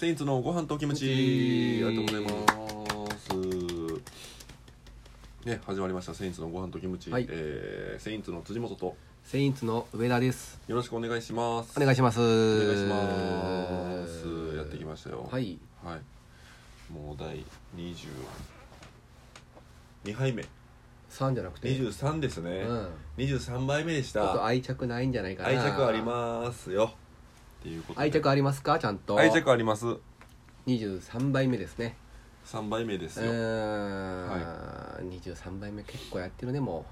テインツのご飯とキムチありがとうございますね始まりましたセインツのご飯とキムチ、はいえーセインツの辻元とセインツの上田ですよろしくお願いしますお願いしますおお願いしますやってきましたよはいはい、もう第20 2杯目三じゃなくて23ですうね、ん23杯目でしちょったと愛着ないんじゃないかな愛着ありますよっていうことで愛着ありますかちゃんと愛着あります23倍目ですね3杯目でうすよ、ーん23倍目結構やってるねも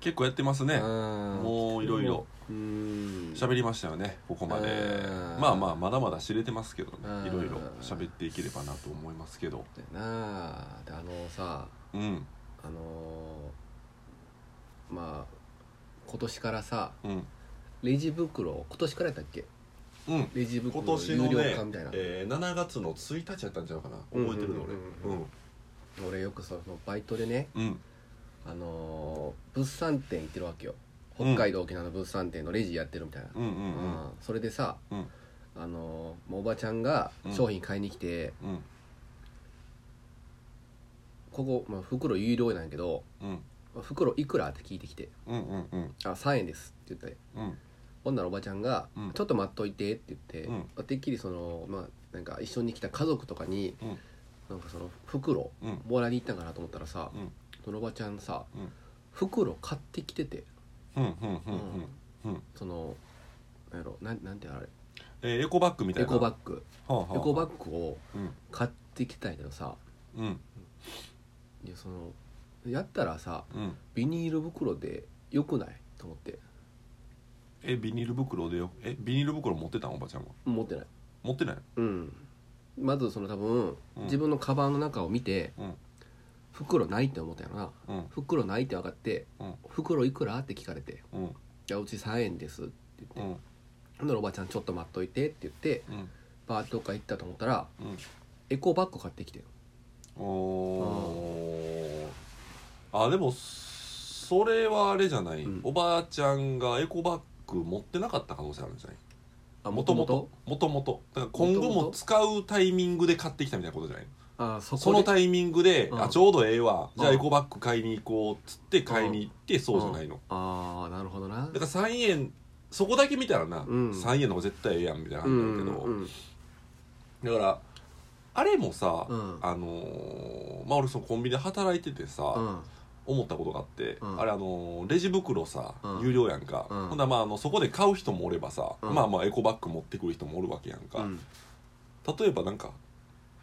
結構やってますうねももういろいろうーん喋りましたよねここまでうんまあまあまだまだ知れてますけどうんねいろいろ喋っていければなと思いますけどだよなであのさうんあのーまあ今年からさうんレジ袋を今年からやったっけうんレジ今袋の年有の料ね化みたいな、、えー、7月の1日やったんちゃうかなうん覚えてるの俺うんうん俺よくそのバイトでね、うんあのー物産展行ってるわけようん北海道沖縄の物産展のレジやってるみたいな、うんうんうんそれでさ、うんあのーもうおばちゃんが商品買いに来て、うんうんここ、まあ、袋有料なんやけどうん袋いくらって聞いてきてうんうんうん「あ3円です」って言ってうんほんならおばちゃんがうん「ちょっと待っといて」って言って、うんまあてっきりそのまあなんか一緒に来た家族とかに、うんなんかその袋うんもらいに行ったんかなと思ったらさ、うんそのおばちゃんさ、うん袋買ってきてて、うんうんうんうんうんそのなんやろなんなんてあれえーエコバッグみたいエなコバッグはあはあエコバッグをうん買ってきたんやけどさうんいやそのやったらさうんビニール袋でよくないと思ってえビニール袋でよえビニール袋持ってたんおばちゃんは持ってない持ってないうんまずその多分、うん自分のカバンの中を見て、うん袋ないって思ったんやろなうん袋ないって分かって「うん袋いくら?」って聞かれてうん「いやうち3円です」って言って、うんほんならおばちゃんちょっと待っといてって言ってうんバーッとどっか行ったと思ったらうんエコバッグ買ってきてんおーあでもそれはあれじゃない、うんおばあちゃんがエコバッグ持ってなかった可能性あるんじゃないあもともともともとだから今後も使うタイミングで買ってきたみたいなことじゃないあそこそのイタイミングで、うんあちょうどええわじゃあうんエコバッグ買いに行こうっつって買いに行ってそうじゃないのああなるほどなだから3円そこだけ見たらな、うん3円の方が絶対ええやんみたいなう話んだけど、うんだからあれもさ、うんあのーまあ俺そのコンビニで働いててさ、うん思ったことがあって、うんあれあのレジ袋さ、うん有料やんか、うんほんならまああのそこで買う人もおればさ、うんまあまあエコバッグ持ってくる人もおるわけやんか、うん例えばなんか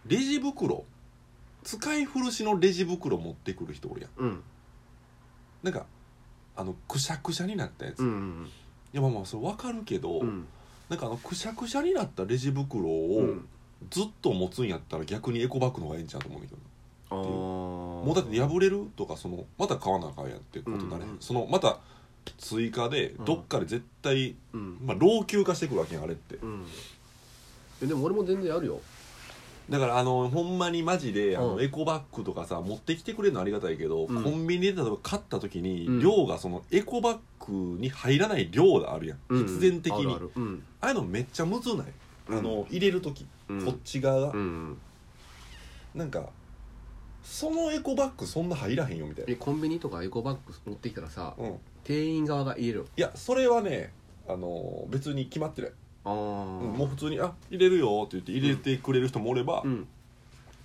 レジ袋使い古しのレジ袋持ってくる人おるやんうんなんかあのくしゃくしゃになったやつ、ういんやまあまあそれ分かるけど、うんなんかあのくしゃくしゃになったレジ袋うをんずっと持つんやったら逆にエコバッグの方がええんちゃうと思うんだけどあーもうだって破れるとかそのまた買わなあかんやんってことになれへん、うんうんそのまた追加でうんどっかで絶対、うんまあ、老朽化してくるわけやんあれってうんえでも俺も全然やるよだからあのほんまにマジであうのんエコバッグとかさ持ってきてくれるのありがたいけど、うんコンビニで例えば買った時に、うん量がそのエコバッグに入らない量があるやん、うん必然的に、ああるあるうんあいうのめっちゃむずない、あの入れる時、うんこっち側が、うんなんかそのエコバッグそんな入らへんよみたいなえコンビニとかエコバッグ持ってきたらさうん店員側が入れるいやそれはねあの別に決まってない、ああうんもう普通に「あ入れるよ」って言って入れてくれる人もおれば、うん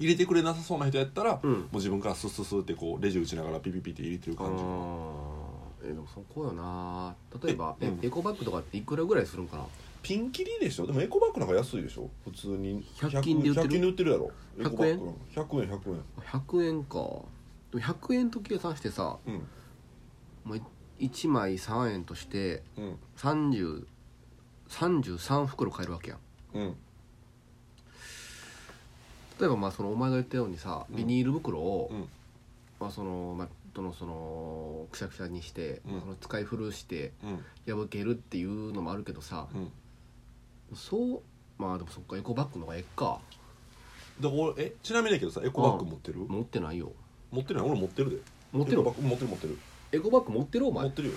入れてくれなさそうな人やったら、うもんう自分からスッスッスッってこうレジ打ちながらピピピって入れてるあ感じーえでもそこよな例えばええうんエコバッグとかっていくらぐらいするんかなピンキリでしょでもエコバッグなんか安いでしょ普通に100均で売ってる100均で売ってるやろエコバ100円ッグなんか100円100円100円かでも100円と計算してさうんまあ、1枚3円としてうん30 33袋買えるわけやんうん例えばまあそのお前が言ったようにさうんビニール袋を、うんまあそのまあどのそのくしゃくしゃにして、うんその使い古してうん破けるっていうのもあるけどさうんそうまあでもそっかエコバッグの方がえっかで俺えちなみにだけどさエコバッグ持ってる持ってないよ持ってない俺持ってるで持ってエコるバッグ持ってる持ってるエコバッグ持ってるお持前ってるよ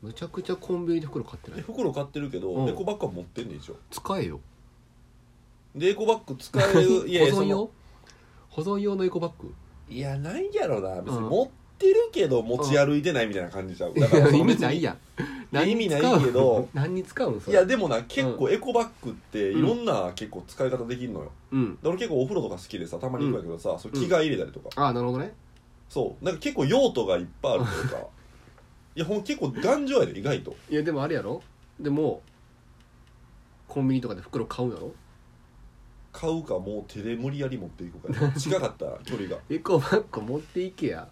むちゃくちゃコンビニで袋買ってなでい袋買ってるけど、うんエコバッグは持ってんねん一応使えよでエコバッグ使え るいやいや保そ存の用保存用のエコバッグいやないやろな別にうん持ってるけど持ち歩いてないみたいな感じちゃうだからそいやの別意味にないやんや意味ないけど 何に使うん何に使うんそいれやでもな結構エコバッグっていろんな結構使い方できるのよ、うんで俺結構お風呂とか好きでさたまに行くんやけどさ、そう着替え入れたりとか、ああなるほどねそうなんか結構用途がいっぱいあるという かいやほん結構頑丈やで意外といやでもあれやろでもコンビニとかで袋買うんやろ買うかもう手で無理やり持っていくから近かった 距離がエコバッグ持っていけや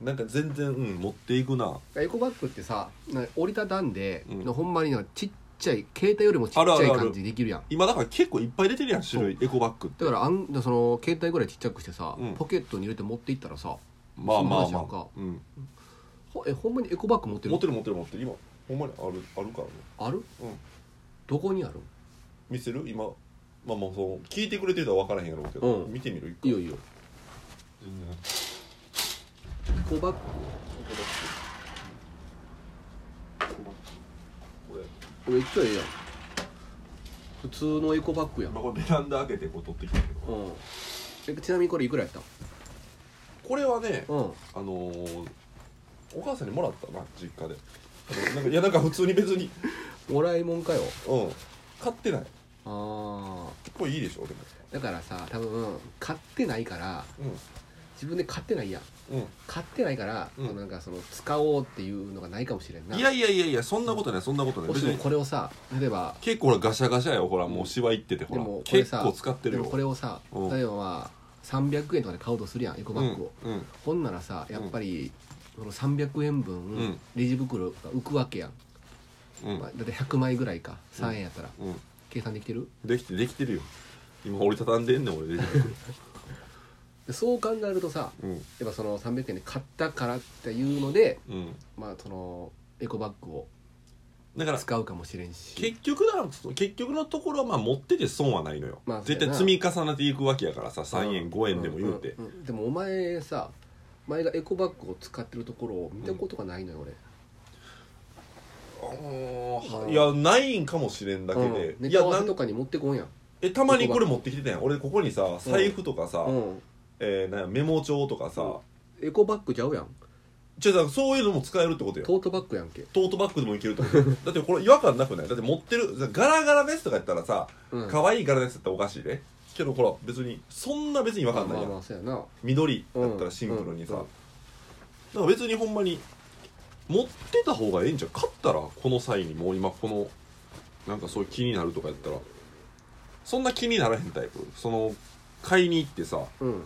なんか全然うん持っていくなエコバッグってさな折りたたんで、うんのほんまになんかちっちゃい携帯よりもちっちゃあるあるいある感じでできるやん今だから結構いっぱい出てるやん種類エコバッグってだからあんその携帯ぐらいちっちゃくしてさ、うんポケットに入れて持っていったらさまあまあそんな話やまんあか、うん、ほえほんまにエコバッグ持ってる持ってる持ってる持ってる今ほんまにあるあるからねある、うんどこにある見せる今まあまあその聞いてくれてる人は分からへんやろうけど、うん見てみる一回いいよいいよ全然エコバッグこれめっちゃええやん普通のエコバッグやん、今これベランダ開けてこう取ってきたけどうんえちなみにこれいくらやったこれはねうんあのーお母さんにもらったな実家であのなんかいやなんか普通に別にもらいもんかようん買ってないああこれいいでしょでもだからさ多分買ってないからう自分で買ってないやんんうん買ってないから、うんそのなんかその使おうっていうのがないかもしれんないやいやいやいやそんなことないそんなことないも別しもにこれをさ例えば結構ほらガシャガシャよほらもう芝行っててほでらもこれ結さ構使ってるでよもこれをさうん例えばまあ300円とかで買おうとするやんエコバッグを、うんうんほんならさやっぱり、その300円分、んレジ袋が浮くわけやん、うんまあ、だって100枚ぐらいか3円やったら、うん計算できてるできてできてるよ今折りたたんでんねん俺レジ袋でそう考えるとさうんやっぱその300円で買ったからっていうのでうんまあそのエコバッグをだから使うかもしれんし結局だ結局のところはまあ持ってて損はないのよ、まあ絶対積み重ねていくわけやからさ3円5円でも言うて、んんんでもお前さ前がエコバッグを使ってるところを見たことがないのよ俺、あーいやないんかもしれんだけで、うんネいタや合わなせとんかに持ってこんやんえたまにこれ持ってきてたやん俺ここにさ財布とかさ、うんえーなんやメモ帳とかさ、うんエコバッグちゃうやんじゃあだからそういうのも使えるってことよトートバッグやんけ、トートバッグでもいけるってこと よだってこれ違和感なくないだって持ってるガラガラですとかやったらさうん、可愛い柄のやつだったらおかしいねけどほら別にそんな別に分かんないまやあん、まあそうやな緑だったらシンプルにさ、うんうんだから別にほんまに持ってた方がええんじゃん買ったらこの際にもう今このなんかそういう気になるとかやったらそんな気にならへんタイプその買いに行ってさうん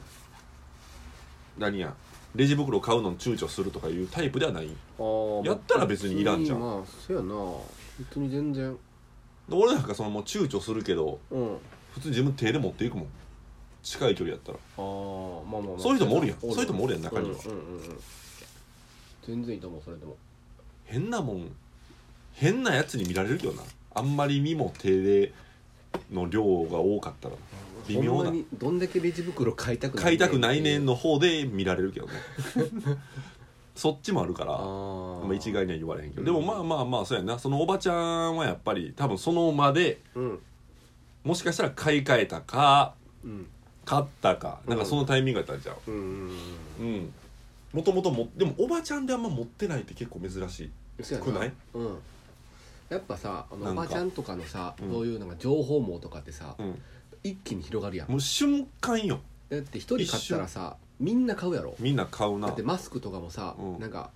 何やレジ袋買うのに躊躇するとかいうタイプではないあーやったら別にいらんじゃん別にまあそうやな別に全然で俺なんかそのもう躊躇するけどうんあ普通に自分手で持っていくもん近い距離やったらあーまあまあまあそういう人もおるやんなそういう人もおるやん中にはうんうんうんうん全然いいと思うそれでも変なもん変なやつに見られるけどなあんまり身も手での量が多かったら微妙ほんなまにどんだけレジ袋買いたくない買いたくないねんのの方で見られるけど ねそっちもあるからあまあ、一概には言われへんけど、うんでもまあまあまあそうやなそのおばちゃんはやっぱり多分その場でうんもしかしたら買い替えたかうん買ったかなんかそのタイミングやったんちゃううんうんうんうんもともともでもおばちゃんであんま持ってないって結構珍しいそうや少ないうんやっぱさあのなおんかばちゃんとかのさうんそういうなんか情報網とかってさうん一気に広がるやんだもう瞬間よって一人買ったらさみんな買うやろみんな買うなだってマスクとかもさうんなんか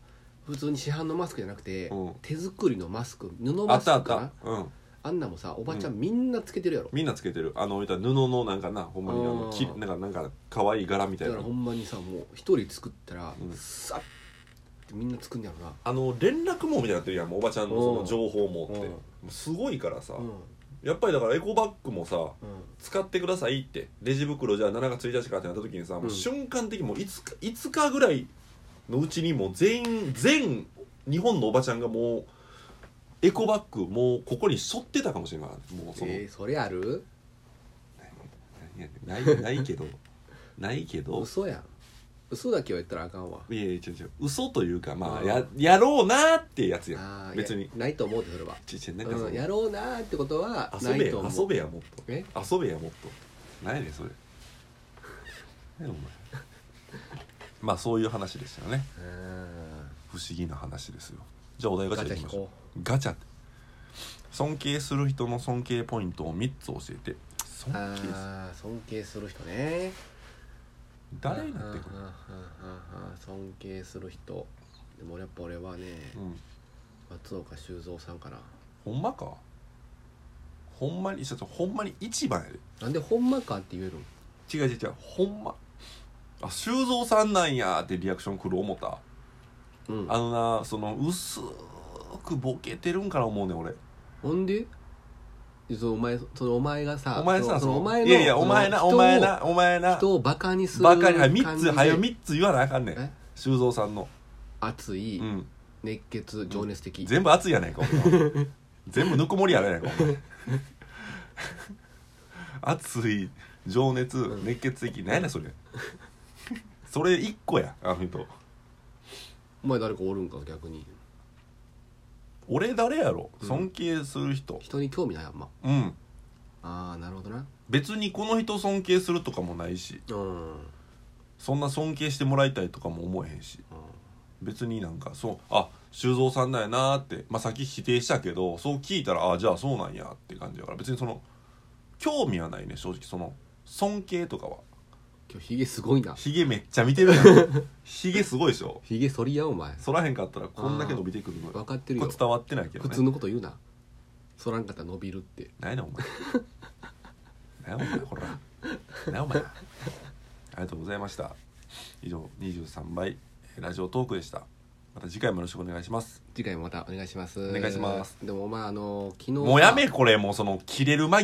普通に市販のマスクじゃなくてうん手作りのマスク布あマっスたあクっかなたうんあんなもさおばちゃんみんなつけてるやろみんなつけてるあの言ったら布のなんかなほんまにあのあーきなんかなんか可愛い柄みただいかならほんまにさもう一人作ったらうんさってみんな作んねやろなあの連絡網みたいになってるやんもうおばちゃんのその情報網ってうんもうすごいからさ、うんやっぱりだからエコバッグもさうん使ってくださいってレジ袋じゃあ7月1日からってなった時にさ、もううん瞬間的にもう5日 ,5 日ぐらいのうちにもう全員全日本のおばちゃんがもうエコバッグもうここに背負ってたかもしれないもうその、えーそれある いやないないけどないけど嘘やん嘘だけは言ったらあかんわいやいや違う違う嘘というかまああーややろうなーってやつやんあー別にいやないと思うでそれはちちなんかその、うんやろうなーってことはな遊べいとや思う遊べやもっとえ遊べやもっと何やねんそれ何やお前 まあそういう話でしたよね不思議な話ですよじゃあお題ガチャいきましょうガチャって尊敬する人の尊敬ポイントを3つ教えて尊敬するああ尊敬する人ね誰になってくるあーあーあーあー尊敬する人でも俺やっぱ俺はねうん松岡修造さんかなほんまかほんまにちょっとほんまに一番やでなんでほんまかって言えるん違う違う違うほんまあ修造さんなんやってリアクション来る思ったうんあのなその薄くボケてるんかな思うねん俺ほんでそのお前そのお前がさお前そさのそそののお前のいやいやそのお前な人をお前なお前な人をバカにするバカにはい感じで3つはよ3つ言わなあかんねんえ修造さんの熱い、うん熱血情熱的、全部熱いやないかお 前全部ぬくもりやないかお前 熱い情熱うん熱血的何やねんそれそれ1個やあの人お前誰かおるんか逆に俺誰やろうん尊敬する人人に興味ないあんまうんああなるほどな別にこの人尊敬するとかもないしうん、うん、そんな尊敬してもらいたいとかも思えへんし別になんかそうあ修造さんだよなーって、まあ、さっき否定したけどそう聞いたらあじゃあそうなんやって感じだから別にその興味はないね正直その尊敬とかは今日ヒゲすごいなヒゲめっちゃ見てるや んヒゲすごいでしょヒゲ剃りやお前剃らへんかったらこんだけ伸びてくるの分こかってれるよ伝わってないけど普ね通のこと言うな剃らんかったら伸びるって何やねんお前何やお前ほら何やお前ありがとうございました以上23倍えーラジオトークでしたまた次回もよろしくお願いします次回もまたお願いしますお願いしますでもまああの昨日もうやめさこれもうその切れる間